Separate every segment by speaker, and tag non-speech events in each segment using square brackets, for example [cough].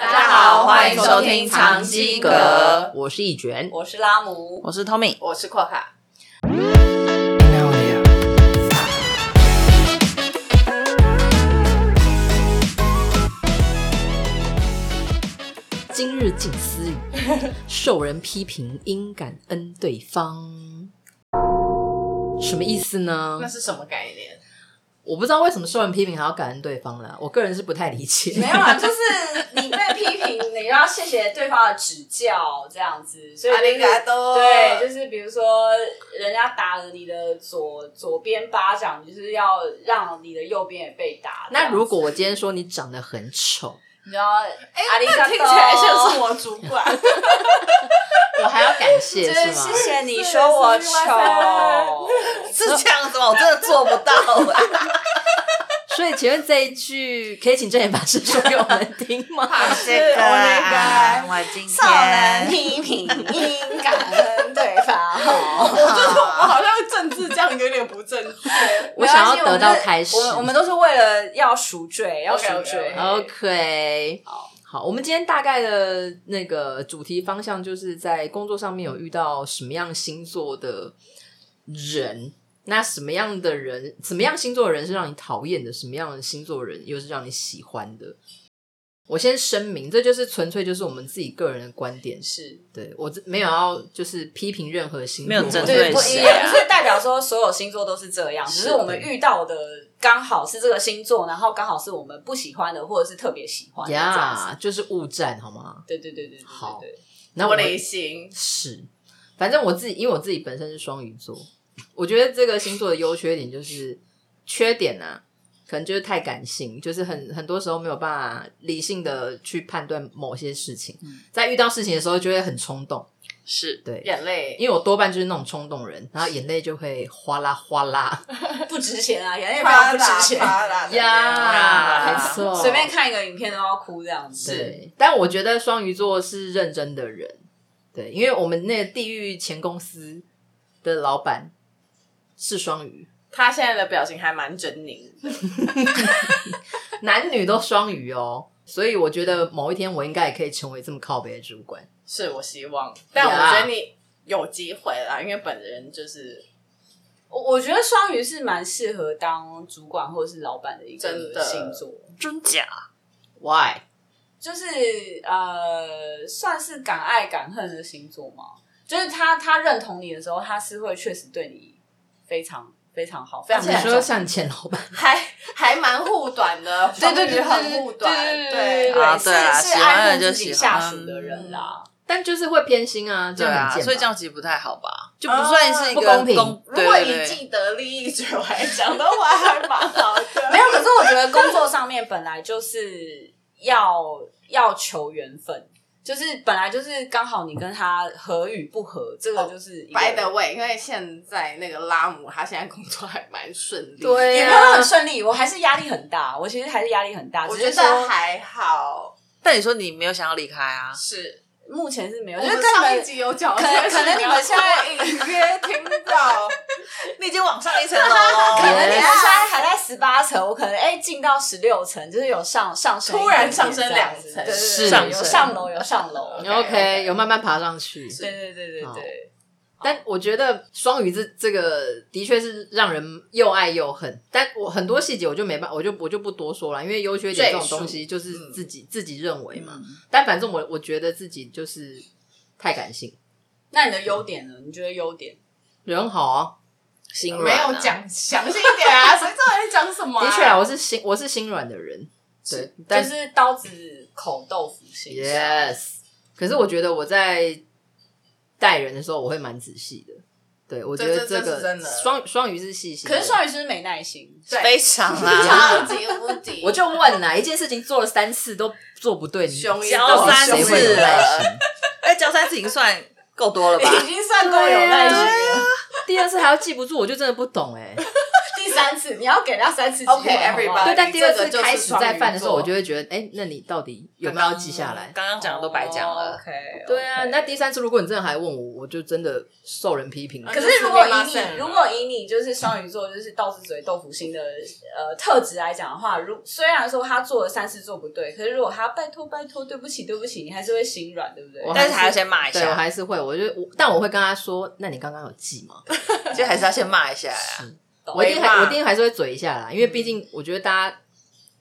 Speaker 1: 好，欢迎收听《长期阁》，
Speaker 2: 我是一卷，
Speaker 1: 我是拉姆，
Speaker 2: 我是 Tommy。
Speaker 1: 我是阔卡。
Speaker 2: 今日静思语，受人批评应感恩对方，什么意思呢
Speaker 1: 那？是什么概念？
Speaker 2: 我不知道为什么受人批评还要感恩对方啦，我个人是不太理解。
Speaker 1: 没有啊啦，就是你被批评，你要谢谢对方的指教，这样子。所以就是
Speaker 3: 多
Speaker 1: 对，就是比如说人家打了你的左左边巴掌，就是要让你的右边也被打。
Speaker 2: [laughs] 那如果我今天说你长得很丑，
Speaker 1: 你要，哎
Speaker 3: 哎，那听起来像是我主管，
Speaker 2: 我还要感谢
Speaker 1: [laughs] 就是是
Speaker 2: 吗
Speaker 1: 谢？ [laughs] 谢你说我
Speaker 3: 是是哇
Speaker 1: 丑。
Speaker 3: 是这样子吗？我真的做不 [laughs] 到、
Speaker 2: 所以请问这一句可以请正言法师说给我们听
Speaker 1: [laughs]
Speaker 2: 吗？
Speaker 3: 这个啊，我今
Speaker 1: 受人批评应感恩对方。
Speaker 3: 我觉得我好像政治这样有点不正确。
Speaker 2: 我想要得到开始。
Speaker 1: 我们我们都是为了要赎罪，要赎
Speaker 3: OK，OK，OK
Speaker 1: 罪。
Speaker 2: 哦 OK，好，好，我们今天大概的那个主题方向就是在工作上面有遇到什么样星座的人，那什么样的人，什么样星座的人是让你讨厌的，什么样的星座人又是让你喜欢的。我先声明，这就是纯粹就是我们自己个人的观点，
Speaker 1: 是
Speaker 2: 对我这没有要就是批评任何星座，
Speaker 4: 没有针
Speaker 1: 对，
Speaker 4: 对
Speaker 1: 不
Speaker 4: 谁
Speaker 1: 也
Speaker 4: 啊
Speaker 1: 不是代表说所有星座都是这样，只
Speaker 2: 是
Speaker 1: 是我们遇到的刚好是这个星座，然后刚好是我们不喜欢的，或者是特别喜欢的这样子。
Speaker 2: 呀就是误战好吗？
Speaker 1: 对对对对对
Speaker 2: 好
Speaker 1: 对对
Speaker 2: 那
Speaker 3: 我
Speaker 2: 们
Speaker 3: 雷行，
Speaker 2: 是，反正我自己，因为我自己本身是双鱼座，我觉得这个星座的优缺点就是缺点呢、啊，可能就是太感性，就是很很多时候没有办法理性的去判断某些事情，在遇到事情的时候就会很冲动，
Speaker 4: 是
Speaker 2: 对。
Speaker 3: 眼泪，
Speaker 2: 因为我多半就是那种冲动人，然后眼泪就会哗啦哗啦
Speaker 1: 对，不值钱啊，人家也非
Speaker 3: 啪
Speaker 1: 常不
Speaker 3: 啦
Speaker 1: 值钱。
Speaker 3: 啪啦
Speaker 2: 呀，没错，
Speaker 1: 随便看一个影片都要哭这样子，
Speaker 2: 对，但我觉得双鱼座是认真的人，对，因为我们那个地狱前公司的老板是双鱼，
Speaker 3: 他现在的表情还蛮狰狞，
Speaker 2: 男女都双鱼哦，所以我觉得某一天我应该也可以成为这么靠北的主管。
Speaker 3: 是我希望，但我觉得你有机会啦，因为本人就是
Speaker 1: 我我觉得双鱼是蛮适合当主管或者是老板的一
Speaker 3: 真
Speaker 1: 个
Speaker 3: 的
Speaker 1: 星座。
Speaker 4: 真假？
Speaker 2: Why？
Speaker 1: 就是呃，算是敢爱敢恨的星座嘛。就是他他认同你的时候，他是会确实对你非常非常好，非常
Speaker 2: 你
Speaker 3: 而且
Speaker 2: 说像你前老板，
Speaker 3: 还 [laughs] 还蛮护短的，
Speaker 1: 对对对对
Speaker 3: 双鱼很护短，
Speaker 1: 对对
Speaker 3: 对嗯
Speaker 4: 啊
Speaker 1: 对，是
Speaker 4: 对啦
Speaker 1: 是
Speaker 4: 喜欢
Speaker 1: 爱
Speaker 4: 的
Speaker 1: 护
Speaker 4: 就
Speaker 1: 自己
Speaker 4: 喜
Speaker 1: 下
Speaker 4: 欢
Speaker 1: 属的人啦。
Speaker 2: [laughs] 但就是会偏心啊，这
Speaker 4: 对
Speaker 2: 样很
Speaker 4: 啊，
Speaker 2: 贱吧
Speaker 4: 所以这样其实不太好吧？就不算是一
Speaker 2: 不
Speaker 4: 个
Speaker 2: 公平
Speaker 3: 如果
Speaker 4: 对
Speaker 3: 以
Speaker 4: 对对，
Speaker 3: 既得利益者来讲的话，还蛮好的。
Speaker 1: 没有，可是我觉得工作上面本来就是要要求缘分。就是本来就是刚好你跟他合与不合，这个就是一个
Speaker 3: 哦 By the way，因为现在那个拉姆他现在工作还蛮顺利，
Speaker 2: 对
Speaker 1: 也没
Speaker 2: 啊
Speaker 1: 有很顺利，我还是压力很大，我其实还是压力很大，
Speaker 3: 我
Speaker 1: 只
Speaker 3: 觉
Speaker 1: 是
Speaker 3: 得
Speaker 1: 说
Speaker 3: 还好。
Speaker 4: 但你说你没有想要离开啊？
Speaker 3: 是，
Speaker 1: 目前是没有，
Speaker 3: 我
Speaker 1: 就是
Speaker 3: 们
Speaker 1: 跟你
Speaker 3: 上
Speaker 1: 们
Speaker 3: 一集有讲，
Speaker 1: 可能可能你们现在
Speaker 3: 隐约听 [laughs] 到，
Speaker 4: 你已经往上一层楼
Speaker 3: [laughs]
Speaker 1: 可能你们现
Speaker 2: Yes
Speaker 1: 在还在十八层，我可能哎进到十六层，就是有上上升一
Speaker 3: 突
Speaker 1: 点
Speaker 3: 然
Speaker 1: 点这样
Speaker 3: 上
Speaker 1: 子，
Speaker 3: 升两层
Speaker 1: 对对
Speaker 2: 是
Speaker 1: 对
Speaker 4: 上
Speaker 1: 有
Speaker 4: 升
Speaker 1: 上楼有上楼，
Speaker 2: OK，, 有慢慢爬上去。
Speaker 1: 对对对对对，
Speaker 2: 但我觉得双鱼这这个的确是让人又爱又恨，但我很多细节我就没办，我就我就不多说了，因为优缺点这种东西就是
Speaker 3: 嗯
Speaker 2: 自己、自己认为嘛。但反正我我觉得自己就是太感性，
Speaker 1: 那你的优点呢？你觉得优点？
Speaker 2: 人好啊，心
Speaker 3: 没
Speaker 2: 软啊、
Speaker 3: 有讲详细一点啊，谁知道你在讲什么啊？
Speaker 2: 的确啊，我是心我是心软的人，对，
Speaker 1: 就
Speaker 2: 但
Speaker 1: 是刀子口豆腐心。
Speaker 2: yes，可是我觉得我在带人的时候我会蛮仔细的，对我觉得
Speaker 3: 这这这
Speaker 2: 个
Speaker 3: 是真的
Speaker 2: 双双鱼是细心的，
Speaker 1: 可是双鱼是不是没耐心，
Speaker 3: 对
Speaker 4: 非常啊，
Speaker 3: 超级无敌，
Speaker 2: 我就问啦，一件事情做了三次都做不对，你
Speaker 3: 凶一
Speaker 4: 交
Speaker 3: 道
Speaker 4: 三
Speaker 3: 凶一
Speaker 2: 谁会
Speaker 4: 次
Speaker 2: 有
Speaker 3: 道
Speaker 2: 耐
Speaker 4: 了
Speaker 2: 心？，
Speaker 4: [laughs] 哎，交三次已经算够 [laughs] 多了吧？
Speaker 2: 啊
Speaker 3: 已经算够有耐心了。
Speaker 2: 第二次还要记不住，我就真的不懂哎、
Speaker 1: 第三次，你要给人家三次机会
Speaker 3: OK，everybody
Speaker 1: 好不好
Speaker 2: 对，但第二次
Speaker 3: 这个就是
Speaker 2: 开始在犯的时候，
Speaker 3: 双鱼座
Speaker 2: 我就会觉得，哎、那你到底有没有要记下来？
Speaker 4: 刚刚讲的都白讲
Speaker 1: 哦
Speaker 4: 了，
Speaker 1: OK，
Speaker 2: 对啊，那第三次如果你真的还问我，我就真的受人批评了。
Speaker 1: 可是如果以
Speaker 3: 那就是
Speaker 1: 你
Speaker 3: Mima-san
Speaker 1: 如果以你就是双鱼座就是到处嘴豆腐心的呃特质来讲的话，如虽然说他做了三次做不对，可是如果他拜托拜托对不起对不起，你还是会心软，对不对？
Speaker 2: 我
Speaker 4: 但是还要先骂一
Speaker 2: 对我
Speaker 4: 下，
Speaker 2: 还是会，我就我，但我会跟他说，那你刚刚有记吗？
Speaker 4: 就还是要先骂一下呀。啊
Speaker 2: 我一定还
Speaker 3: 会吧
Speaker 2: 我一定还是会嘴一下啦，因为毕竟我觉得大家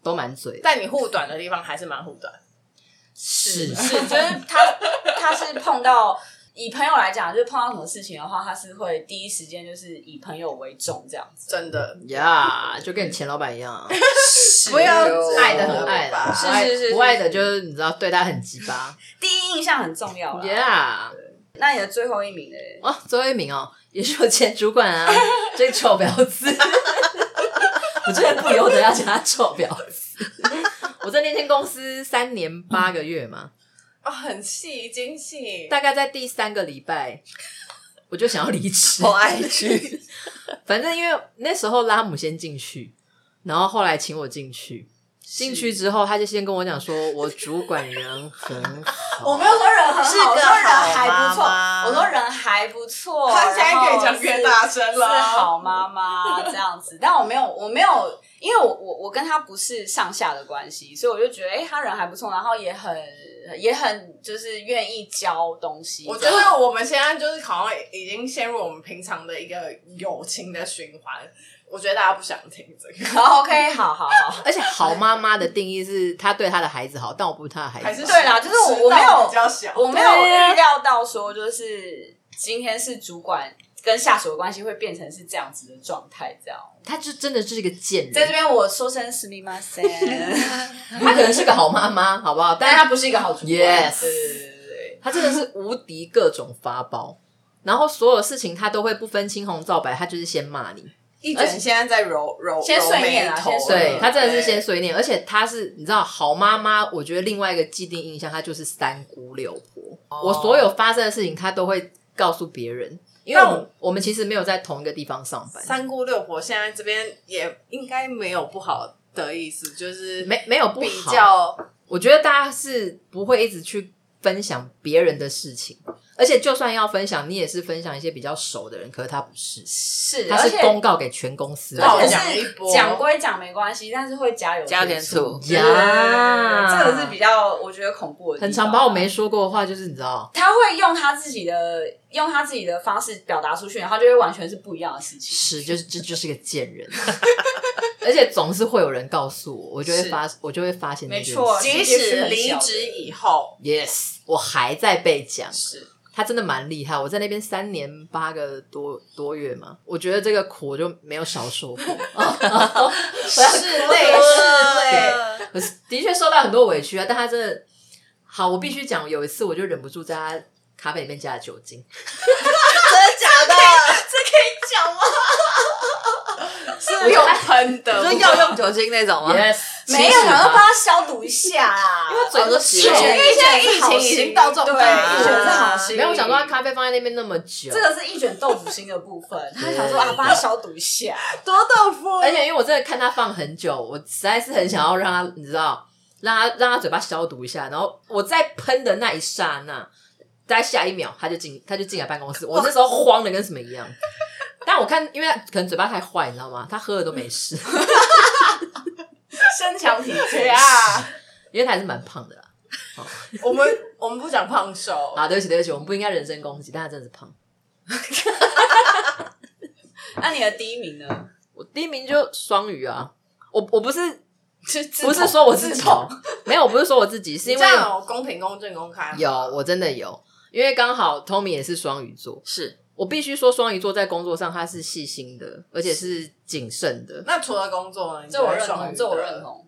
Speaker 2: 都蛮嘴的，
Speaker 3: 但你护短的地方还是蛮护短，
Speaker 2: 是
Speaker 1: 是，就是他他是碰到以朋友来讲，就是碰到什么事情的话，他是会第一时间就是以朋友为重这样子。
Speaker 3: 真的
Speaker 2: 呀，就跟你前老板一样啊，
Speaker 3: 不要
Speaker 2: 爱
Speaker 3: 爱
Speaker 2: 的
Speaker 3: 的
Speaker 2: 很
Speaker 3: 很
Speaker 2: 爱啦，
Speaker 3: 吧
Speaker 2: 不
Speaker 1: 是
Speaker 2: 爱
Speaker 1: 是是
Speaker 2: 不爱的就是你知道对他很鸡巴
Speaker 1: 第一印象很重要啦。
Speaker 2: ，Yeah，
Speaker 1: 那你的最后一名呢？
Speaker 2: 哦，最后一名哦，也是我前主管啊，这臭婊子， [laughs] 我真的不由得要叫他臭婊子。 [laughs] 我在那间公司三年八个月嘛，
Speaker 3: 哦，很细精细，
Speaker 2: 大概在第三个礼拜，我就想要离
Speaker 4: [laughs]
Speaker 2: 职。
Speaker 4: 我 IG [laughs]
Speaker 2: 反正因为那时候拉姆先进去，然后后来请我进去。进去之后，他就先跟我讲说，我主管人很好。
Speaker 1: 我没有说人很
Speaker 4: 是
Speaker 1: 好，我
Speaker 4: 个
Speaker 1: 说人
Speaker 4: 好
Speaker 1: 还不错
Speaker 4: 妈，妈
Speaker 1: 我说人还不错。
Speaker 3: 他现在可以讲越
Speaker 1: 啊
Speaker 3: 大声
Speaker 1: 然后是
Speaker 3: 了
Speaker 1: 是好妈妈这样子，但我没有，我没有，因为我我我跟他不是上下的关系，所以我就觉得，哎、他人还不错，然后也很也很就是愿意教东西。
Speaker 3: 我觉得我们现在就是好像已经陷入我们平常的一个友情的循环，我觉得大家不想听这个，
Speaker 1: 好 OK，好好好。
Speaker 2: 而且好妈妈的定义是，她对她的孩子好，但我不是她的孩子。
Speaker 3: 还是
Speaker 1: 对啦就是我我
Speaker 3: 迟到
Speaker 1: 没有
Speaker 3: 比较小，
Speaker 1: 我没有
Speaker 2: 对啊
Speaker 1: 预料到说，就是今天是主管跟下属的关系会变成是这样子的状态，这样。
Speaker 2: 她就真的是一个贱人。
Speaker 1: 在这边我说声すみません，
Speaker 2: [laughs] 她可能是个好妈妈，好不好？但
Speaker 1: 但他不是一个好主管。
Speaker 2: Yes
Speaker 1: 对对对对对。
Speaker 2: 她真的是无敌各种发包，然后所有事情她都会不分青红皂白，她就是先骂你。
Speaker 3: 一整现在在揉揉
Speaker 1: 先
Speaker 3: 揉
Speaker 1: 顺眼
Speaker 3: 眉
Speaker 1: 啦
Speaker 3: 头
Speaker 1: 啊先
Speaker 3: 了，
Speaker 1: 顺
Speaker 2: 对
Speaker 1: 眼
Speaker 2: 她真的是先碎念，而且她是你知道好妈妈，我觉得另外一个既定印象，她就是三姑六婆。我所有发生的事情，她都会告诉别人，因为
Speaker 3: 但
Speaker 2: 我
Speaker 3: 我
Speaker 2: 们我们其实没有在同一个地方上班，
Speaker 3: 三姑六婆现在这边也应该没有不好的意思，就是
Speaker 2: 没没有不
Speaker 3: 比
Speaker 2: 好。
Speaker 3: 较
Speaker 2: 我觉得大家是不会一直去分享别人的事情，而且就算要分享，你也是分享一些比较熟的人，可是他不是，
Speaker 1: 是，
Speaker 2: 他
Speaker 1: 而
Speaker 2: 是
Speaker 1: 且
Speaker 2: 公告给全公司的
Speaker 3: 爆
Speaker 1: 而
Speaker 2: 人。
Speaker 3: 讲
Speaker 1: 且
Speaker 3: 一
Speaker 1: 是
Speaker 3: 波
Speaker 1: 讲归讲没关系，但是会加油
Speaker 4: 加点醋，
Speaker 1: 对对对对这个是比较我觉得恐怖的地方啊，
Speaker 2: 很常把我没说过的话，就是你知道，
Speaker 1: 他会用他自己的用他自己的方式表达出去，然后就会完全是不一样的事情。
Speaker 2: 是就是这就是个贱人， [laughs] 而且总是会有人告诉我，我就会发我就会发现这件事，
Speaker 1: 没错
Speaker 3: 即使离职以后
Speaker 2: Yes，我还在被讲，
Speaker 3: 是
Speaker 2: 他真的蛮厉害。我在那边三年八个多多月嘛，我觉得这个苦我就没有少受过。 [laughs]
Speaker 3: 是累
Speaker 4: 是累，
Speaker 2: 我是的确受到很多委屈啊，但他真的好，我必须讲，有一次我就忍不住在他咖啡里面加了酒精，
Speaker 4: 真的假的？
Speaker 1: 讲吗？
Speaker 3: 是用喷的，
Speaker 4: 你说药用酒精那种吗？
Speaker 2: yes，
Speaker 1: 没有，想要帮他消毒一下啦。因为
Speaker 2: 嘴都湿
Speaker 4: 是
Speaker 1: 因
Speaker 4: 哦
Speaker 1: [laughs]
Speaker 2: 了。
Speaker 1: 为现在疫
Speaker 3: 情已经到这种
Speaker 1: 对，
Speaker 4: 步
Speaker 3: 地
Speaker 1: 一卷是好心。
Speaker 2: 没有，我想说他咖啡放在那边那么久，
Speaker 1: 这个是一卷豆腐心的部 [laughs] 分，他想说
Speaker 2: 对
Speaker 1: 啊，帮他消毒一下。
Speaker 3: 多豆腐，
Speaker 2: 而且因为我真的看他放很久，我实在是很想要让他，你知道，让他让他嘴巴消毒一下。然后我在喷的那一刹那，在下一秒他就进他就进来办 [laughs] 公室，我那时候慌的跟什么一样。但我看，因为他可能嘴巴太坏，你知道吗？他喝了都没
Speaker 1: [laughs]
Speaker 2: 事，
Speaker 1: 身强体
Speaker 3: 对
Speaker 1: 健
Speaker 3: 啊，
Speaker 2: 因为他还是蛮胖的啦。
Speaker 3: 我们我们不讲胖瘦，
Speaker 2: 啊，对不起，对不起，我们不应该人身攻击，但他真的是胖。
Speaker 1: [laughs] 那你的第一名呢？
Speaker 2: 我第一名就双鱼啊，我我不是
Speaker 1: 是自
Speaker 2: 不是
Speaker 1: 捧
Speaker 2: 说我自
Speaker 1: 自
Speaker 2: 己
Speaker 1: 捧
Speaker 2: 哦，没有，我不是说我自己，是
Speaker 3: 这
Speaker 2: 因为
Speaker 3: 样有公平、公正、公开吗
Speaker 2: 有我真的有，因为刚好 Tommy 也是双鱼座，
Speaker 4: 是
Speaker 2: 我必须说双鱼座在工作上他是细心的，而且是谨慎的。
Speaker 3: 那除了工作呢？你
Speaker 1: 这我
Speaker 3: 觉得
Speaker 1: 认
Speaker 3: 双
Speaker 1: 同，
Speaker 3: 鱼
Speaker 1: 这我
Speaker 3: 的
Speaker 1: 认。同。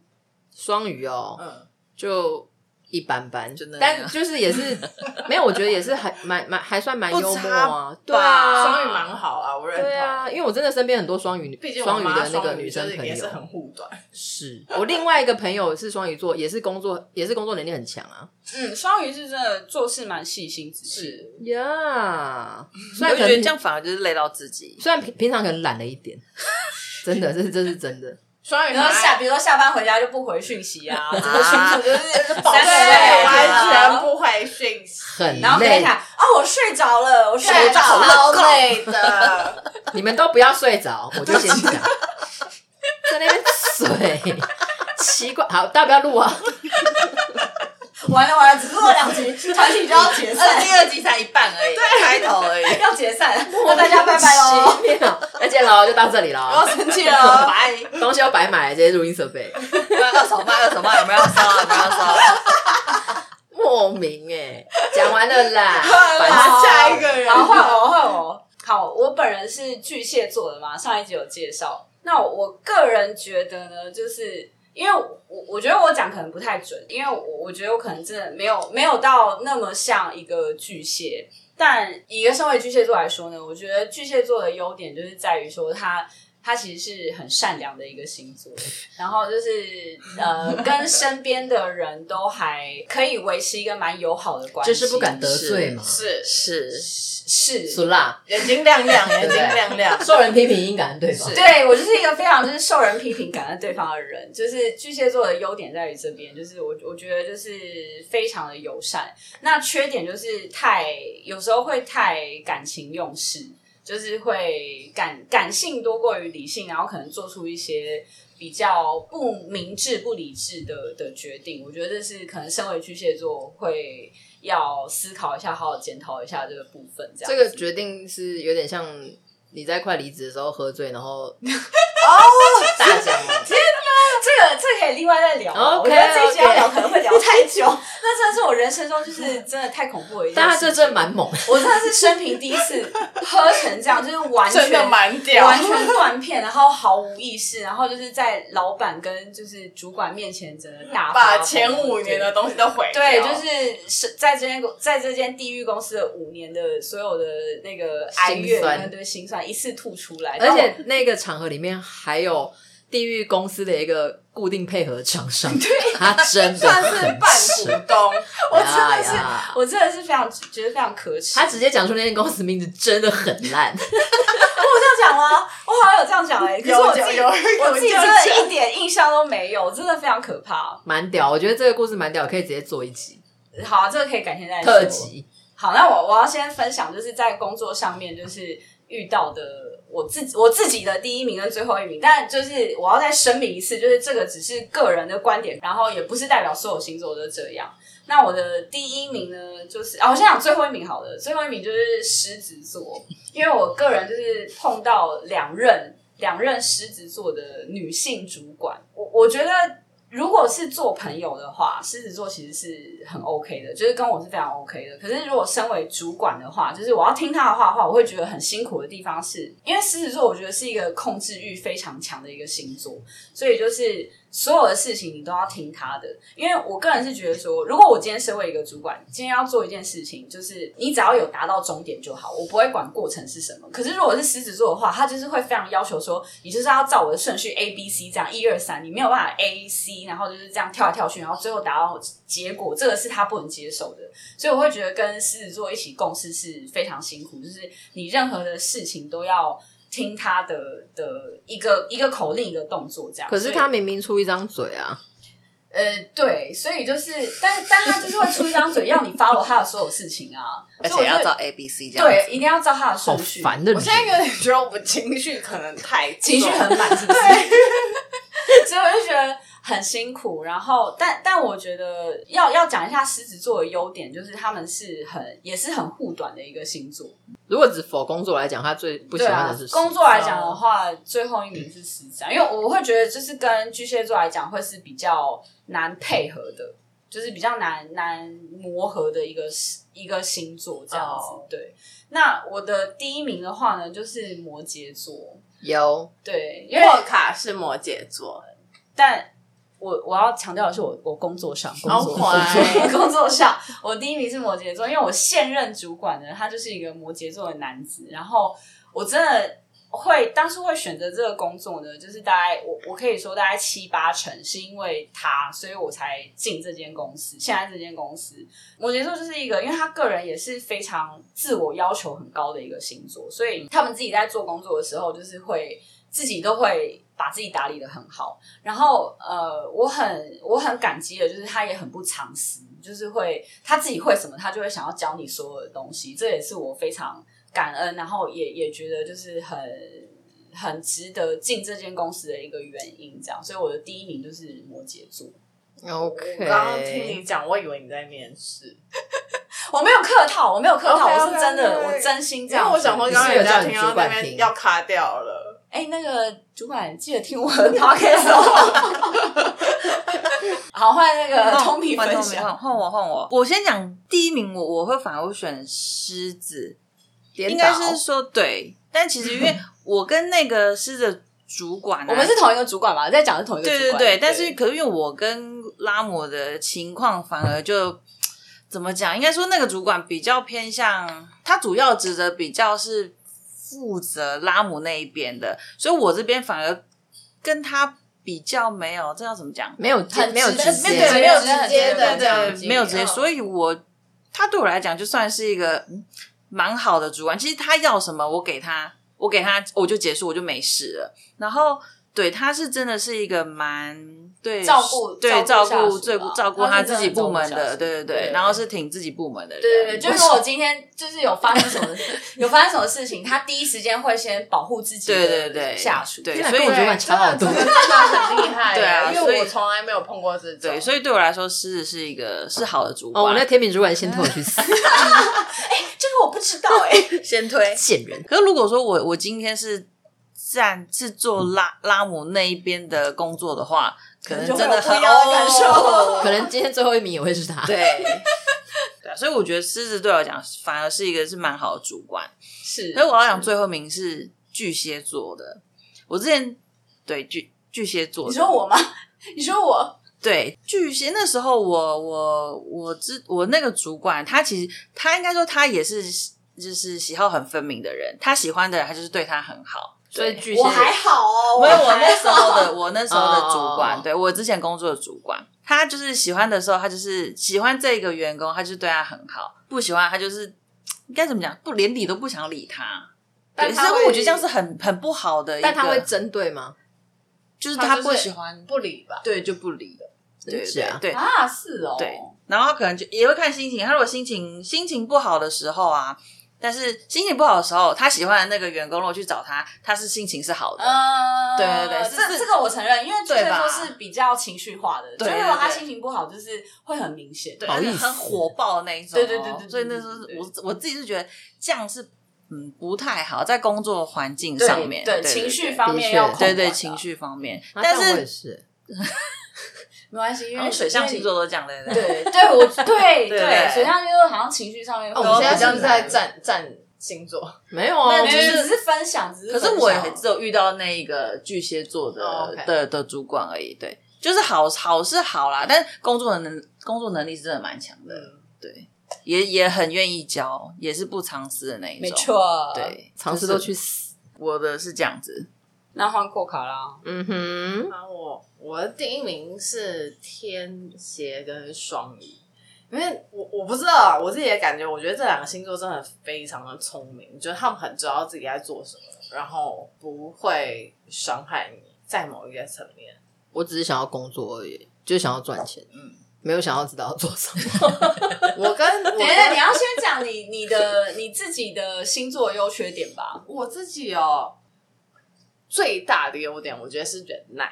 Speaker 2: 双鱼哦，
Speaker 3: 嗯，
Speaker 2: 就一般般，
Speaker 4: 就那样
Speaker 2: 但就是也是没有，我觉得也是还蛮蛮还算蛮幽默啊，对
Speaker 3: 吧
Speaker 2: 啊，
Speaker 3: 双鱼蛮好啊，我认
Speaker 2: 对
Speaker 3: 同。
Speaker 2: 啊，因为我真的身边很多双鱼
Speaker 3: 毕竟我
Speaker 2: 双鱼
Speaker 3: 妈
Speaker 2: 的那个
Speaker 3: 双
Speaker 2: 女
Speaker 3: 鱼就
Speaker 2: 生
Speaker 3: 是
Speaker 2: 朋
Speaker 3: 也
Speaker 2: 友
Speaker 3: 是，很护短，
Speaker 2: 是我另外一个朋友是双鱼座，也是工作也是工作能力很强啊。
Speaker 1: 嗯，双鱼是真的做事蛮细心仔细。
Speaker 2: 呀、虽然
Speaker 4: 我
Speaker 2: 可
Speaker 4: 就觉得
Speaker 2: 能
Speaker 4: [laughs] 这样反而就是累到自己。
Speaker 2: 虽然平平常可能懒了一点， [laughs] 真的，这是这是真的。
Speaker 3: 双鱼
Speaker 1: 然后
Speaker 3: 男
Speaker 1: 下，比如说下班回家就不回讯息 [laughs] 啊，这个群主就是
Speaker 4: 宝
Speaker 1: 三
Speaker 3: 对，
Speaker 1: 十岁
Speaker 3: 完全不回讯息，
Speaker 2: 很
Speaker 1: 然后等一
Speaker 2: 累，
Speaker 1: 下，哦，我睡着了，我睡
Speaker 3: 对，
Speaker 1: 着了，
Speaker 3: 超累的。
Speaker 2: 你们都不要睡着，我就先讲，在那边水，奇怪，好，大家不要录啊，
Speaker 1: 完了完了，只录了两集，团体就要解
Speaker 4: 而
Speaker 1: 散
Speaker 4: 且，第二集才一半而已，开头而已。
Speaker 1: [laughs] 要解散， [laughs] 那大家拜拜 [laughs] 喽，
Speaker 2: 奇妙，那今天喽就到这里
Speaker 1: 不要
Speaker 2: 了，哦
Speaker 1: 生气了，哦
Speaker 2: [laughs]
Speaker 1: 拜。
Speaker 2: 东西又白买了，这些录音设备，
Speaker 4: 二手卖，二手卖，有没有要烧啊？有没有要烧啊？ [laughs]
Speaker 2: 莫名哎、讲完了啦，
Speaker 1: [laughs]
Speaker 2: 烦
Speaker 3: 好
Speaker 2: 死
Speaker 3: 下一个人
Speaker 1: 好，换我，换我。好，我本人是巨蟹座的嘛，上一集有介绍。那我我个人觉得呢，就是因为我我觉得我讲可能不太准，因为我我觉得我可能真的没有没有到那么像一个巨蟹。但以一个身为巨蟹座来说呢，我觉得巨蟹座的优点就是在于说他。他其实是很善良的一个星座，然后就是呃，跟身边的人都还可以维持一个蛮友好的关系，
Speaker 2: 就是不敢得罪嘛，
Speaker 3: 是
Speaker 4: 是，
Speaker 1: 是
Speaker 2: 是啦，
Speaker 3: 眼睛亮亮，眼睛
Speaker 2: 对
Speaker 3: 亮 [laughs] 亮。
Speaker 2: 受人批评应感恩对方，
Speaker 1: 对我就是一个非常就是受人批评感恩对方的人，就是巨蟹座的优点在于这边，就是我我觉得就是非常的友善，那缺点就是太有时候会太感情用事，就是会感感性多过于理性，然后可能做出一些。比较不明智、不理智的的决定，我觉得这是可能身为巨蟹座会要思考一下、好好检讨一下这个部分。这样
Speaker 2: 这
Speaker 1: 子
Speaker 2: 个决定是有点像你在快离职的时候喝醉，然
Speaker 1: 哦
Speaker 3: [laughs]
Speaker 2: 后大讲完。
Speaker 1: 这个这个可以另外再聊啊。
Speaker 2: OK，
Speaker 1: 我觉得这一集要聊
Speaker 2: OK
Speaker 1: 可能会聊太久， [laughs] 那真的是我人生中就是真的太恐怖的
Speaker 3: [laughs]
Speaker 1: 一件
Speaker 2: 但他
Speaker 1: 事。
Speaker 2: 这真的蛮猛，
Speaker 1: 我真的是生平第一次 [laughs] 喝成这样，就是完全
Speaker 3: 真的蛮屌，
Speaker 1: 完全断片，然后毫无意识，然后就是在老板跟就是主管面前真的大发
Speaker 3: 把
Speaker 1: 疯
Speaker 3: 前五年的东西都毁掉。
Speaker 1: 对，就是是在这间公在这间地狱公司的五年的所有的那个哀
Speaker 2: 心
Speaker 1: 怨
Speaker 2: 酸
Speaker 1: 跟对心酸一次吐出来，
Speaker 2: 而且那个场合里面还有地狱公司的一个固定配合厂商， [laughs] 他真的
Speaker 3: 算是
Speaker 2: 很吃
Speaker 3: 半股 [laughs] 东，
Speaker 1: 我真的是
Speaker 2: 哎呀
Speaker 1: 我真的是非常觉得非常可耻。
Speaker 2: 他直接讲出那间公司名字真的很烂，
Speaker 1: 我这样讲吗？我好像有这样讲哎、可是我自己
Speaker 3: 有有有
Speaker 1: 我自己真的一点印象都没有，真的非常可怕。
Speaker 2: 蛮屌。我觉得这个故事蛮屌，可以直接做一集
Speaker 1: 好、啊，这个可以改天再说
Speaker 2: 特。辑。
Speaker 1: 好，那我我要先分享，就是在工作上面就是遇到的我自己我自己的第一名跟最后一名，但就是我要再声明一次，就是这个只是个人的观点，然后也不是代表所有星座都这样。那我的第一名呢，就是啊，我先讲最后一名好了，最后一名就是狮子座，因为我个人就是碰到两任两任狮子座的女性主管，我我觉得如果是做朋友的话，狮子座其实是很 OK 的，就是跟我是非常 OK 的。可是如果身为主管的话，就是我要听他的话的话，我会觉得很辛苦的地方是，因为狮子座我觉得是一个控制欲非常强的一个星座，所以就是所有的事情你都要听他的。因为我个人是觉得说，如果我今天身为一个主管，今天要做一件事情，就是你只要有达到终点就好，我不会管过程是什么。可是如果是狮子座的话，他就是会非常要求说，你就是要照我的顺序 A B C 这样一二三，你没有办法 A C，然后就是这样跳来跳去，然后最后达到结果，这个是他不能接受的。所以我会觉得跟狮子座一起共事是非常辛苦，就是你任何的事情都要。听他的的一个一个口令一个动作这样，
Speaker 2: 可是
Speaker 1: 所以
Speaker 2: 他明明出一张嘴啊，
Speaker 1: 呃，对，所以就是，但但他就是会出一张嘴，要你 follow 他的所有事情啊，
Speaker 4: 而
Speaker 1: 所
Speaker 4: 且
Speaker 1: 以我
Speaker 4: 要
Speaker 1: 就
Speaker 4: 照 A B C 这样。，
Speaker 1: 对，一定要照他的顺
Speaker 2: 好
Speaker 1: 序，
Speaker 2: 烦的
Speaker 3: 我
Speaker 2: 人。
Speaker 3: [laughs] 现在有点觉得我情绪可能太重
Speaker 1: 情绪很满，是不是？ [laughs] 所以我就觉得很辛苦。然后，但但我觉得要要讲一下狮子座的优点，就是他们是很也是很护短的一个星座。
Speaker 2: 如果只否工作来讲，他最不喜
Speaker 1: 对
Speaker 2: 欢
Speaker 1: 啊
Speaker 2: 的是，
Speaker 1: 工作来讲的话，最后一名是狮子啊，因为我会觉得就是跟巨蟹座来讲会是比较难配合的，就是比较难难磨合的一个一个星座这样子。
Speaker 3: 哦
Speaker 1: 对，那我的第一名的话呢，就是摩羯座。
Speaker 2: 有
Speaker 1: 对，因为
Speaker 3: 沃卡是摩羯座，
Speaker 1: 但我我要强调的是我，我工作上，工
Speaker 2: 哦
Speaker 3: [laughs]
Speaker 1: 作
Speaker 3: 好
Speaker 1: 上，
Speaker 3: 坏
Speaker 1: 工作上，我第一名是摩羯座，因为我现任主管呢，他就是一个摩羯座的男子，然后我真的会当初会选择这个工作呢，就是大概我我可以说大概七八成是因为他，所以我才进这间公司，现在这间公司，摩羯座就是一个，因为他个人也是非常自我要求很高的一个星座，所以他们自己在做工作的时候，就是会自己都会把自己打理的很好。然后呃，我很我很感激的，就是他也很不藏私，就是会他自己会什么，他就会想要教你所有的东西。这也是我非常感恩，然后也也觉得就是很很值得进这间公司的一个原因。这样，所以我的第一名就是摩羯座。
Speaker 2: OK，
Speaker 3: 我刚刚听你讲，我以为你在面试，
Speaker 1: 我没有客套，我没有客套
Speaker 3: OK，OK，OK
Speaker 1: 我是真的，我真心这
Speaker 3: 因为
Speaker 1: 样子。
Speaker 3: 我想说，
Speaker 2: 你是
Speaker 3: 刚刚
Speaker 2: 有叫
Speaker 3: 家
Speaker 2: 你
Speaker 3: 听
Speaker 2: 主
Speaker 3: 到那
Speaker 2: 管
Speaker 3: 边
Speaker 2: 听
Speaker 3: 要卡掉了，
Speaker 1: 哎、那个主管记得听我 [laughs] 的 podcast 哦。 [laughs] 好，换那个通明呃分享。
Speaker 4: 换换我换我，我先讲第一名我，我会反而会选狮子，
Speaker 2: 颠
Speaker 4: 应该
Speaker 2: 倒
Speaker 4: 是说对，但其实因为我跟那个狮子主管、啊，
Speaker 1: 我们是同一个主管嘛，在讲的是同一个
Speaker 4: 对
Speaker 1: 主
Speaker 4: 对
Speaker 1: 管。
Speaker 4: 对，但是可是因为我跟拉姆的情况反而就怎么讲，应该说那个主管比较偏向他主要职责比较是负责拉姆那一边的，所以我这边反而跟他比较没有，这要怎么讲？
Speaker 2: 没有
Speaker 1: 很
Speaker 2: 没有
Speaker 1: 直
Speaker 2: 直
Speaker 1: 接
Speaker 2: 接，
Speaker 3: 没有直接的这样
Speaker 4: 对，没有直接，所以我他对我来讲就算是一个嗯蛮好的主管。其实他要什么，我给他，我给他，我就结束，我就没事了。然后对他是真的是一个蛮对
Speaker 1: 照顾
Speaker 4: 对
Speaker 1: 照
Speaker 4: 照
Speaker 1: 顾下属
Speaker 4: 顾最
Speaker 1: 吧
Speaker 4: 照顾
Speaker 1: 他
Speaker 4: 他
Speaker 1: 是真
Speaker 4: 自
Speaker 1: 的
Speaker 4: 己部门
Speaker 1: 照顾下
Speaker 4: 的，
Speaker 1: 属
Speaker 4: 对对
Speaker 1: 对
Speaker 4: 对，然后是挺自己部门的人，
Speaker 1: 对对对，就是我今天就是有发生什么有发生什么事情，他第一时间会先保护自己的
Speaker 4: 对对对
Speaker 1: 下属。
Speaker 4: 对
Speaker 2: 天哪
Speaker 4: 所以
Speaker 2: 跟我主管差好多
Speaker 3: 真的。真的很厉害
Speaker 4: 对啊
Speaker 3: 因
Speaker 4: 所以
Speaker 3: 为我从来没有碰过这种，
Speaker 4: 对，所以对我来说，狮子是一个是好的主
Speaker 2: 哦，
Speaker 4: 管。
Speaker 2: 我那甜品主管先拖我去死，
Speaker 1: 这个我不知道哎、
Speaker 4: 先
Speaker 3: [laughs]
Speaker 4: 推
Speaker 2: 贱人！
Speaker 4: 可是如果说我我今天是站是做拉拉姆那一边的工作的话，可能
Speaker 1: 就
Speaker 4: 真
Speaker 1: 会有
Speaker 4: 的
Speaker 1: 不
Speaker 4: 很
Speaker 1: 一样的感受
Speaker 4: 哦
Speaker 2: 可能今天最后一名也会是他。
Speaker 4: 对。对啊，所以我觉得狮子对我来讲反而是一个是蛮好的主管。
Speaker 1: 是
Speaker 4: 所以我要讲最后一名是巨蟹座的，我之前对巨巨蟹座的，
Speaker 1: 你说我吗？你说我
Speaker 4: 对巨蟹那时候我，我我知我那个主管，他其实他应该说他也是就是喜好很分明的人，他喜欢的人他就是对他很好。
Speaker 2: 所以巨蟹
Speaker 1: 我还好哦，
Speaker 4: [laughs] 没有，我
Speaker 1: 还
Speaker 4: 那时候的我那时候的主
Speaker 2: 哦
Speaker 4: 管，对我之前工作的主管，他就是喜欢的时候，他就是喜欢这个员工，他就对他很好；不喜欢他就是应该怎么讲，不连理都不想理他。
Speaker 3: 但
Speaker 4: 对，
Speaker 3: 他
Speaker 4: 所
Speaker 3: 会
Speaker 4: 以我觉得这样是很很不好的一个，
Speaker 2: 但他会针对吗？
Speaker 4: 就是
Speaker 3: 他
Speaker 4: 他
Speaker 3: 就是
Speaker 4: 不喜欢，
Speaker 3: 不理吧。
Speaker 4: 对就不理，对
Speaker 2: 是啊
Speaker 4: 对对，
Speaker 1: 啊，是哦，
Speaker 4: 对然后他可能就也会看心情。他如果心情心情不好的时候啊，但是心情不好的时候，他喜欢的那个员工如果去找他，他是心情是好的。
Speaker 1: 嗯，
Speaker 4: 对对对是
Speaker 1: 这
Speaker 4: 是
Speaker 1: 这个我承认，因为巨蟹
Speaker 4: 对
Speaker 1: 座
Speaker 4: 吧
Speaker 1: 是比较情绪化的，
Speaker 4: 对
Speaker 1: 就如果
Speaker 4: 对
Speaker 1: 他
Speaker 4: 对
Speaker 1: 心情不好，就是会很明显。哦
Speaker 4: 对，
Speaker 2: 好
Speaker 4: 而且
Speaker 2: 意思
Speaker 4: 很火爆的那一种哦、
Speaker 1: 对对对对对
Speaker 4: 所以那时候
Speaker 1: 对
Speaker 4: 我我自己是觉得这样是嗯不太好，在工作环境
Speaker 1: 对
Speaker 4: 上面，
Speaker 1: 对
Speaker 4: 对
Speaker 1: 情绪方
Speaker 2: 的
Speaker 1: 面
Speaker 2: 确
Speaker 1: 要控
Speaker 4: 对
Speaker 1: 管
Speaker 4: 对
Speaker 1: 的
Speaker 4: 情绪方面，
Speaker 2: 啊
Speaker 4: 但
Speaker 2: 我
Speaker 4: 是
Speaker 2: 也是，
Speaker 1: 没关系，因
Speaker 4: 因
Speaker 1: 为
Speaker 4: 为水象
Speaker 1: [laughs]
Speaker 4: 星。
Speaker 1: 因为
Speaker 4: 座都讲的，
Speaker 1: 你对对，我对
Speaker 4: [laughs] 对对
Speaker 1: 水象星座好像情绪上面会，
Speaker 2: 哦
Speaker 3: 我们现在是不是在
Speaker 2: 都
Speaker 3: 站站星座？
Speaker 2: 没有啊，
Speaker 4: 那
Speaker 2: 我
Speaker 4: 你
Speaker 1: 没
Speaker 2: 只
Speaker 1: 有
Speaker 2: 是
Speaker 1: 只是分享，只是
Speaker 4: 可
Speaker 1: 分
Speaker 4: 是
Speaker 1: 享
Speaker 4: 我也只有遇到那一个巨蟹座的、
Speaker 3: 哦，OK
Speaker 4: 的的主管而已，对，就是好好是好啦，但工作能工作能力是真的蛮强的，
Speaker 3: 嗯
Speaker 4: 对，也也很愿意教，也是不藏私的那一种，
Speaker 1: 没，错，。啊
Speaker 4: 对，
Speaker 2: 尝试
Speaker 4: 就是
Speaker 2: 都去死。
Speaker 4: 我的是这样子，
Speaker 1: 那换库卡啊啦，
Speaker 2: 嗯哼，
Speaker 3: 啊，我我的第一名是天蝎跟双鱼，因为我我不知道啊，我自己的感觉，我觉得这两个星座真的非常的聪明，就是他们很知道自己在做什么，然后不会伤害你，在某一个层面。
Speaker 2: 我只是想要工作而已，就是想要赚钱，
Speaker 4: 嗯。
Speaker 2: 没有想要知道要做什么。
Speaker 3: 我跟我
Speaker 1: 等一下你
Speaker 3: 跟
Speaker 1: 要先讲你你的你自己的星座优缺点吧。
Speaker 3: 我自己哦，最大的优点我觉得是忍耐，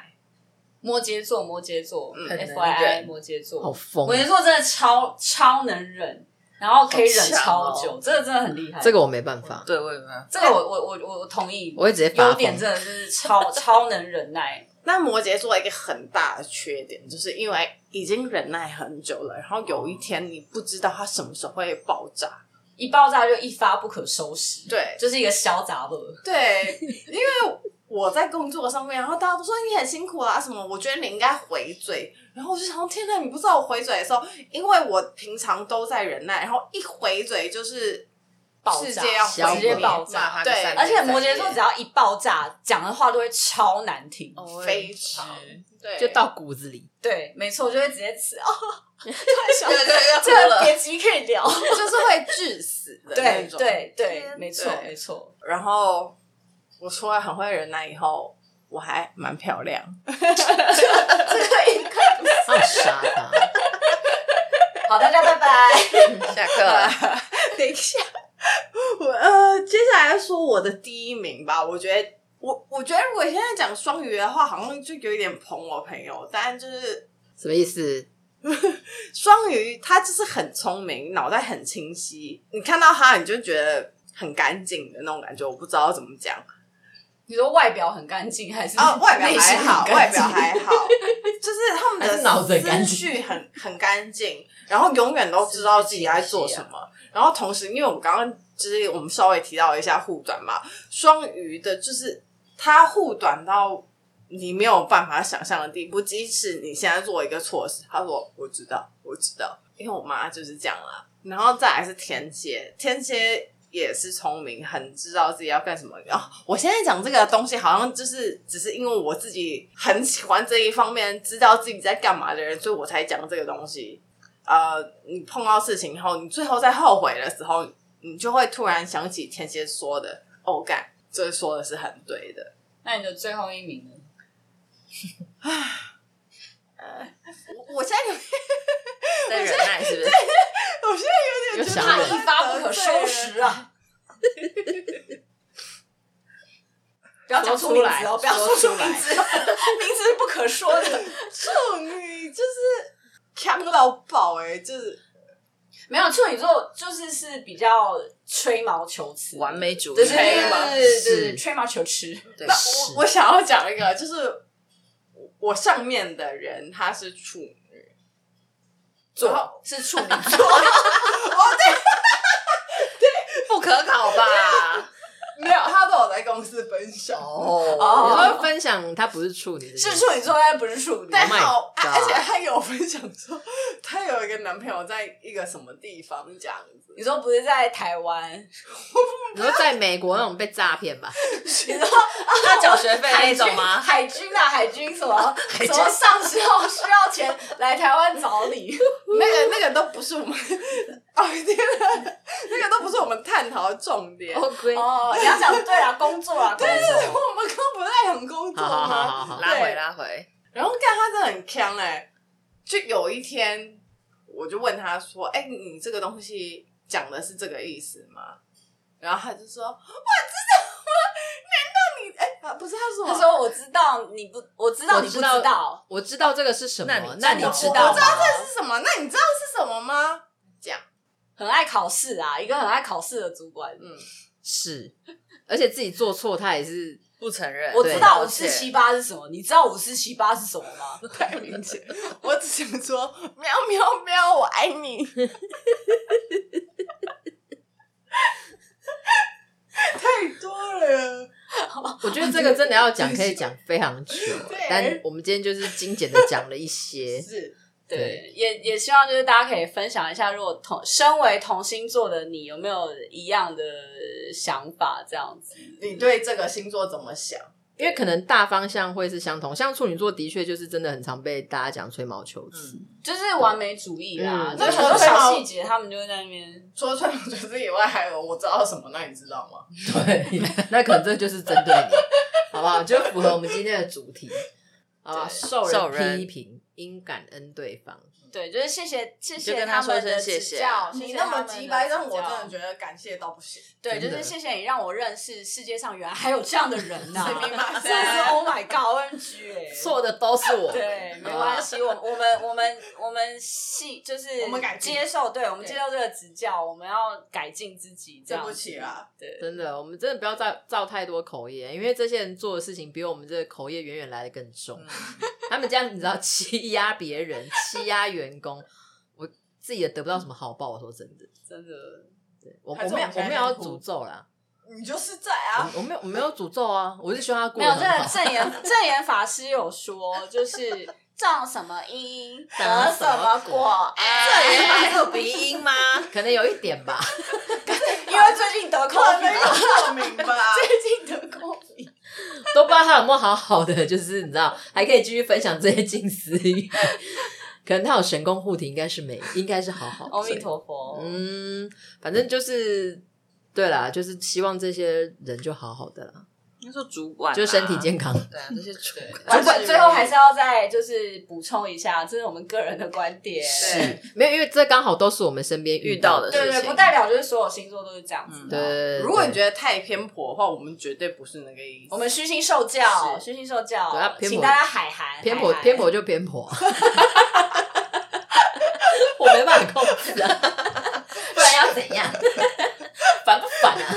Speaker 1: 摩羯座，摩羯座
Speaker 3: 嗯
Speaker 1: ，F Y I
Speaker 4: 很能忍哦
Speaker 1: 摩羯座，
Speaker 2: 好疯
Speaker 1: 摩！
Speaker 2: 啊
Speaker 1: 羯座真的超超能忍，然后可以忍
Speaker 4: 好强
Speaker 1: 超
Speaker 4: 哦
Speaker 1: 久，这个真的很厉害。
Speaker 2: 这个我没办法，
Speaker 4: 对，我也没办法。
Speaker 1: 这个我我我我我同意，
Speaker 2: 我会直接发
Speaker 1: 优
Speaker 2: 疯
Speaker 1: 点真的是超 [laughs] 超能忍耐，
Speaker 3: 那摩羯座一个很大的缺点，就是因为已经忍耐很久了，然后有一天你不知道它什么时候会爆炸。
Speaker 1: 一爆炸就一发不可收拾，
Speaker 3: 对
Speaker 1: 就是一个小杂货。
Speaker 3: 对，因为我在工作上面，然后大家都说你很辛苦啊什么，我觉得你应该回嘴。然后我就想说，天哪，你不知道我回嘴的时候，因为我平常都在忍耐，然后一回嘴就是
Speaker 1: 爆
Speaker 3: 世
Speaker 1: 炸
Speaker 3: 界要
Speaker 2: 小
Speaker 3: 毁
Speaker 2: 鬼
Speaker 3: 灭
Speaker 1: 爆炸
Speaker 3: 骂他个
Speaker 4: 对
Speaker 3: 三
Speaker 1: 而
Speaker 3: 天
Speaker 1: 且
Speaker 3: 三
Speaker 1: 摩羯座
Speaker 3: 夜
Speaker 1: 只要一爆炸，讲的话都会超难听。
Speaker 4: 哦
Speaker 3: 非常对，
Speaker 2: 就到骨子里。
Speaker 1: 对，没错，就会直接吃哦。突然想，
Speaker 4: 对对要
Speaker 1: 这
Speaker 4: 哭
Speaker 1: 个
Speaker 4: 了
Speaker 1: 别集可以聊。
Speaker 3: 就是会致死的那
Speaker 1: 对
Speaker 3: 种。
Speaker 1: 对对，
Speaker 4: 天
Speaker 1: 没错
Speaker 3: 对
Speaker 1: 没错。
Speaker 3: 然后我除了很会忍耐以后，我还蛮漂亮。
Speaker 1: 这个应该
Speaker 2: 好傻吧？
Speaker 1: 好，大家拜拜。
Speaker 3: 下课了，等一下，我呃，接下来说我的第一名吧。我觉得我我觉得如果现在讲双鱼的话，好像就有一点捧我朋友，但就是
Speaker 2: [laughs] 什么意思？
Speaker 3: 双鱼他就是很聪明，脑袋很清晰，你看到他你就觉得很干净的那种感觉。我不知道怎么讲
Speaker 1: 你说外表很干净还是？
Speaker 3: 啊、外表
Speaker 1: 内
Speaker 3: [laughs] 还
Speaker 1: 心很
Speaker 3: 好，
Speaker 1: 干净
Speaker 3: 外表还好，就是他们
Speaker 2: 还是脑子很
Speaker 3: 的
Speaker 2: 干
Speaker 3: 思
Speaker 2: 净
Speaker 3: 绪很很干净，然后永远都知道自己在做什么。然后同时，因为我们刚刚就是我们稍微提到一下护短嘛，双鱼的就是他护短到你没有办法想象的地步，即使你现在做一个错事，他说我知道，我知道，因为我妈就是这样啦。然后再来是天蝎，天蝎也是聪明，很知道自己要干什么。然后我现在讲这个东西，好像就是只是因为我自己很喜欢这一方面，知道自己在干嘛的人，所以我才讲这个东西。呃，你碰到事情以后，你最后在后悔的时候，你就会突然想起天蝎说的“哦，干”，这说的是很对的。
Speaker 1: 那你的最后一名呢？
Speaker 3: 我我现在有
Speaker 4: 在忍耐是不是？
Speaker 3: 我现在有点觉得
Speaker 2: 又想
Speaker 3: 我
Speaker 2: 忍
Speaker 3: 在得罪人。
Speaker 1: 啊！ [laughs] 不要讲出名字哦，不要说出名字，名字是不可说的。
Speaker 3: 处女就是强到爆哎、就是
Speaker 1: [laughs] 没有处女座就是是比较吹毛求疵，
Speaker 4: 完美主义，
Speaker 1: 对，对对
Speaker 3: 吹
Speaker 1: 对
Speaker 3: 嘛
Speaker 1: 对对对，
Speaker 2: 是
Speaker 1: 吹毛求疵。
Speaker 4: 对
Speaker 3: 那
Speaker 2: 是
Speaker 3: 我我想要讲一个，就是我我上面的人他是处女，然后
Speaker 2: 哦
Speaker 1: 座 [laughs] 是处女座，
Speaker 4: 不可考吧？
Speaker 3: 没有他都有在公司分手，
Speaker 2: Oh
Speaker 4: 哦，
Speaker 2: 我
Speaker 1: 哦，
Speaker 2: 说分享他不是处女，
Speaker 1: 是处女座， [laughs] 但不是处女。
Speaker 3: 但
Speaker 2: my
Speaker 3: 好，啊
Speaker 2: God
Speaker 3: 而且他有分享说 [laughs] 他有一个男朋友在一个什么地方这样子，
Speaker 1: 你说不是在台湾，
Speaker 2: 你说在美国那种被诈骗吧？
Speaker 1: [laughs] 你说
Speaker 4: 那缴学费那
Speaker 1: [laughs]
Speaker 4: 种吗？
Speaker 1: 海军啊，海军什么
Speaker 2: 海
Speaker 1: 什
Speaker 2: 军
Speaker 1: 么上时候需要钱来台湾找你，
Speaker 3: 那个那个都不是我们，哦天哪，那个都不是我们探讨的重点。
Speaker 2: 哦，归
Speaker 1: 哦，你要讲对啦，工作啦，工
Speaker 3: 就是
Speaker 1: 作。
Speaker 3: 我们刚刚不是在讲工作吗？
Speaker 2: 好好好好好
Speaker 4: 拉
Speaker 3: 对
Speaker 4: 回拉回，
Speaker 3: 然后干他真的很强哎、就有一天我就问他说：“哎、你这个东西讲的是这个意思吗？”然后他就说：“我知道吗？难道你哎、啊不是他说
Speaker 1: 他说：“我知道你不，我知道
Speaker 2: 我
Speaker 1: 你不
Speaker 2: 知
Speaker 1: 知
Speaker 2: 道
Speaker 1: 道。
Speaker 2: 我知道这个是什么，
Speaker 4: 那
Speaker 2: 那
Speaker 4: 你
Speaker 2: 你
Speaker 1: 知
Speaker 2: 知
Speaker 1: 道
Speaker 2: 道
Speaker 3: 我知道
Speaker 2: 吗？
Speaker 3: 这是什么？那你知道是什么吗？”这样，
Speaker 1: 很爱考试啊，一个很爱考试的主管。
Speaker 3: 嗯，
Speaker 2: 是，而且自己做错，他也是
Speaker 4: 不承认。
Speaker 1: 我知道
Speaker 4: 对
Speaker 1: 五四七，八是什么，你知道五四七八是什么吗？
Speaker 3: 太明显。我只想说，喵喵喵，我爱 [laughs] 你。太多了，
Speaker 2: 我觉得这个真的要讲，可以讲非常久
Speaker 3: 对，。
Speaker 2: 但我们今天就是精简的讲了一些
Speaker 3: 是
Speaker 1: 对
Speaker 2: 对，
Speaker 1: 也也希望就是大家可以分享一下，如果同身为同星座的你，有没有一样的想法？这样子，
Speaker 3: 你对这个星座怎么想？
Speaker 2: 因为可能大方向会是相同，像处女座的确就是真的很常被大家讲吹毛求疵，
Speaker 1: 就是完美主义啦，
Speaker 2: 嗯
Speaker 1: 就是很多小细节，他们就会在那边。
Speaker 3: 除了吹毛求疵以外，还有我知道什么？那你知道吗？
Speaker 2: 对，那可能这就是针对你，好不好？就符合我们今天的主题，好吧？
Speaker 3: 对
Speaker 2: 受
Speaker 4: 受
Speaker 2: 人
Speaker 4: 人
Speaker 2: 批评，应感恩对方。
Speaker 1: 对，就是谢谢谢
Speaker 4: 就
Speaker 1: 谢
Speaker 4: 跟他
Speaker 1: 们
Speaker 4: 说
Speaker 1: 的
Speaker 4: 声
Speaker 1: 指
Speaker 4: 谢谢
Speaker 1: 教，谢
Speaker 3: 你
Speaker 1: 谢
Speaker 3: 那
Speaker 1: 他
Speaker 3: 么
Speaker 1: 们
Speaker 3: 鸡掰，
Speaker 1: 指
Speaker 3: 让我
Speaker 1: 教
Speaker 3: 真的觉得感谢到不行。
Speaker 1: 对，就
Speaker 2: 真
Speaker 1: 是
Speaker 2: 的
Speaker 1: 谢谢你让我认识世界上原来还有这样的人 [laughs] 呐、
Speaker 3: 随便骂
Speaker 1: 啊，
Speaker 3: 谁
Speaker 1: 真的是 Oh my [laughs] God，OMG 哎、
Speaker 2: 错的都是我，
Speaker 1: 对，没
Speaker 2: 好吧
Speaker 1: 关系，我我们我们我们系就是
Speaker 3: 我们改进
Speaker 1: 接受，对我们
Speaker 3: 对
Speaker 1: 接受这个指教，我们要改进自己，这
Speaker 3: 对
Speaker 1: 样
Speaker 3: 不
Speaker 1: 子
Speaker 3: 起啦，
Speaker 1: 对，
Speaker 2: 真的，我们真的不要造造太多口业，因为这些人做的事情比我们这个口业远远来的更重。 [laughs] 他们这样你知道欺压别人、 [laughs] 欺压员工，我自己也得不到什么好报。我说真的，
Speaker 1: 真的
Speaker 2: 对我
Speaker 3: 还
Speaker 2: 我
Speaker 3: 是
Speaker 2: 没有
Speaker 3: 我们现
Speaker 2: 我
Speaker 3: 在
Speaker 2: 没有要
Speaker 3: 在哭
Speaker 2: 诅咒啦，
Speaker 3: 你就是在
Speaker 1: 嗯
Speaker 3: 啊，
Speaker 2: 我我没有我没有诅咒啊，我是希望他过
Speaker 1: 没
Speaker 2: 得
Speaker 1: 有。
Speaker 2: 很
Speaker 1: 这
Speaker 2: 好
Speaker 1: 个正言正言法师有说，就是种什么因得
Speaker 2: 得
Speaker 1: 什
Speaker 2: 什
Speaker 1: 么
Speaker 2: 么
Speaker 1: 果
Speaker 2: 果，
Speaker 4: 这人还有鼻音吗？
Speaker 2: [laughs] 可能有一点吧。
Speaker 1: 因为最近得
Speaker 3: 我没
Speaker 1: COVID，
Speaker 3: 有共 [laughs] 鸣吧？
Speaker 1: 最近得 COVID。
Speaker 2: 都不知道他有没有好好的，就是你知道，还可以继续分享这些近思语。可能他有神功护体，应该是没，应该是好好。嗯
Speaker 1: 阿弥陀佛，
Speaker 2: 嗯，反正就是对啦，就是希望这些人就好好的啦。
Speaker 4: 应该说主管啊
Speaker 2: 就是身体健康。
Speaker 4: 对啊，这些主
Speaker 1: [laughs]
Speaker 4: 管
Speaker 1: 主管最后还是要再就是补充一下，这是我们个人的观点。
Speaker 4: 是
Speaker 2: 没有，因为这刚好都是我们身边
Speaker 4: 遇到的
Speaker 2: 的
Speaker 1: 对对
Speaker 4: 事
Speaker 1: 对，
Speaker 4: 情
Speaker 1: 不代表就是所有星座都是这样子
Speaker 4: 嗯
Speaker 2: 对。
Speaker 1: 的。
Speaker 2: 对，
Speaker 3: 如果你
Speaker 2: 得
Speaker 3: 觉得太偏颇的话，我们绝对不是那个意思。
Speaker 1: 我们虚心受教，
Speaker 3: 是
Speaker 1: 虚心受教
Speaker 2: 对啊，偏颇
Speaker 1: 请大家海涵。
Speaker 2: 偏颇
Speaker 1: 海涵
Speaker 2: 偏颇就偏颇， [laughs] 我没办法控制啊，不然要怎样？烦不烦
Speaker 1: [laughs]
Speaker 2: 啊？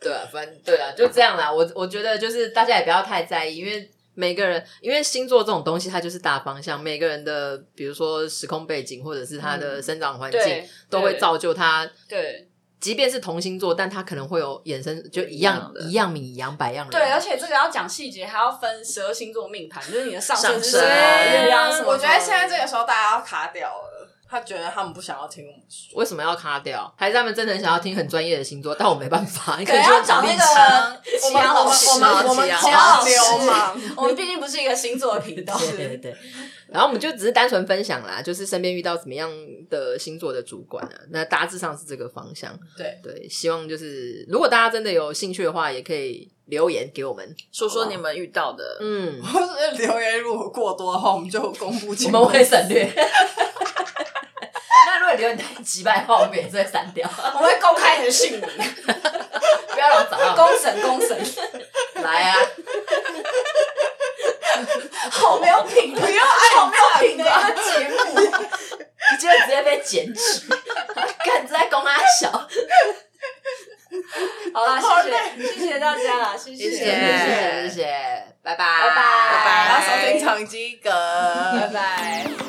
Speaker 2: 对啊，反正对啊，就这样啦。我我觉得就是大家也不要太在意，因为每个人，因为星座这种东西，它就是大方向，每个人的比如说时空背景或者是他的生长环境，
Speaker 1: 嗯对
Speaker 2: 都会造就他。
Speaker 1: 对
Speaker 2: 即便是同星座，但他可能会有衍生，就一
Speaker 4: 一
Speaker 2: 样
Speaker 4: 样的
Speaker 2: 一样米养百样人。
Speaker 1: 对，而且这个要讲细节，还要分十二星座命盘，就是你的上升是什
Speaker 4: 上升
Speaker 1: 么，
Speaker 4: 对
Speaker 1: 月亮是什么。
Speaker 3: 我觉得现在这个时候大家要卡掉了，他觉得他们不想要听我们说。
Speaker 2: 为什么要卡掉？还是他们真的很想要听很专业的星座，但我没办法，你 [laughs]
Speaker 1: 可
Speaker 2: 能
Speaker 1: 能
Speaker 2: 就
Speaker 1: 要
Speaker 2: 找
Speaker 1: 找那
Speaker 2: 你
Speaker 1: 个
Speaker 3: 我
Speaker 1: 齐
Speaker 3: 们
Speaker 1: 阳
Speaker 3: 我
Speaker 1: 老师，
Speaker 3: 们我们我们
Speaker 4: 齐
Speaker 1: 阳老师
Speaker 3: 流氓，
Speaker 1: 我们毕竟不是一个星座的频道。
Speaker 2: 对对对对。然后我们就只是单纯分享啦，就是身边遇到怎么样的星座的主管啊，那大致上是这个方向。
Speaker 3: 对
Speaker 2: 对，希望就是如果大家真的有兴趣的话，也可以留言给我们。
Speaker 4: 说说你们遇到的，
Speaker 2: 嗯，
Speaker 3: 或者留言如果过多的话，我们就公布
Speaker 2: [laughs] 我
Speaker 3: 清单。
Speaker 2: 们会省略。 [laughs] 那如果留言太击败的话，我们也是会删掉，
Speaker 1: 我会公开你的姓名，
Speaker 2: 不要让我找到。
Speaker 1: 公审公审，
Speaker 2: 来啊！
Speaker 1: [laughs] 好没有品啊德，好没有
Speaker 3: [laughs]
Speaker 1: 品德一 [laughs] 个节目。
Speaker 2: 你 [laughs] 就直接被检举， [laughs] 干这在公阿小，
Speaker 1: 好啦，谢谢谢谢大家啦，谢谢
Speaker 2: 谢谢
Speaker 4: 谢
Speaker 2: 谢谢，拜
Speaker 1: 拜
Speaker 2: 拜
Speaker 1: 拜
Speaker 3: 然后
Speaker 1: 拜
Speaker 3: 收听长机哥。
Speaker 1: 拜拜。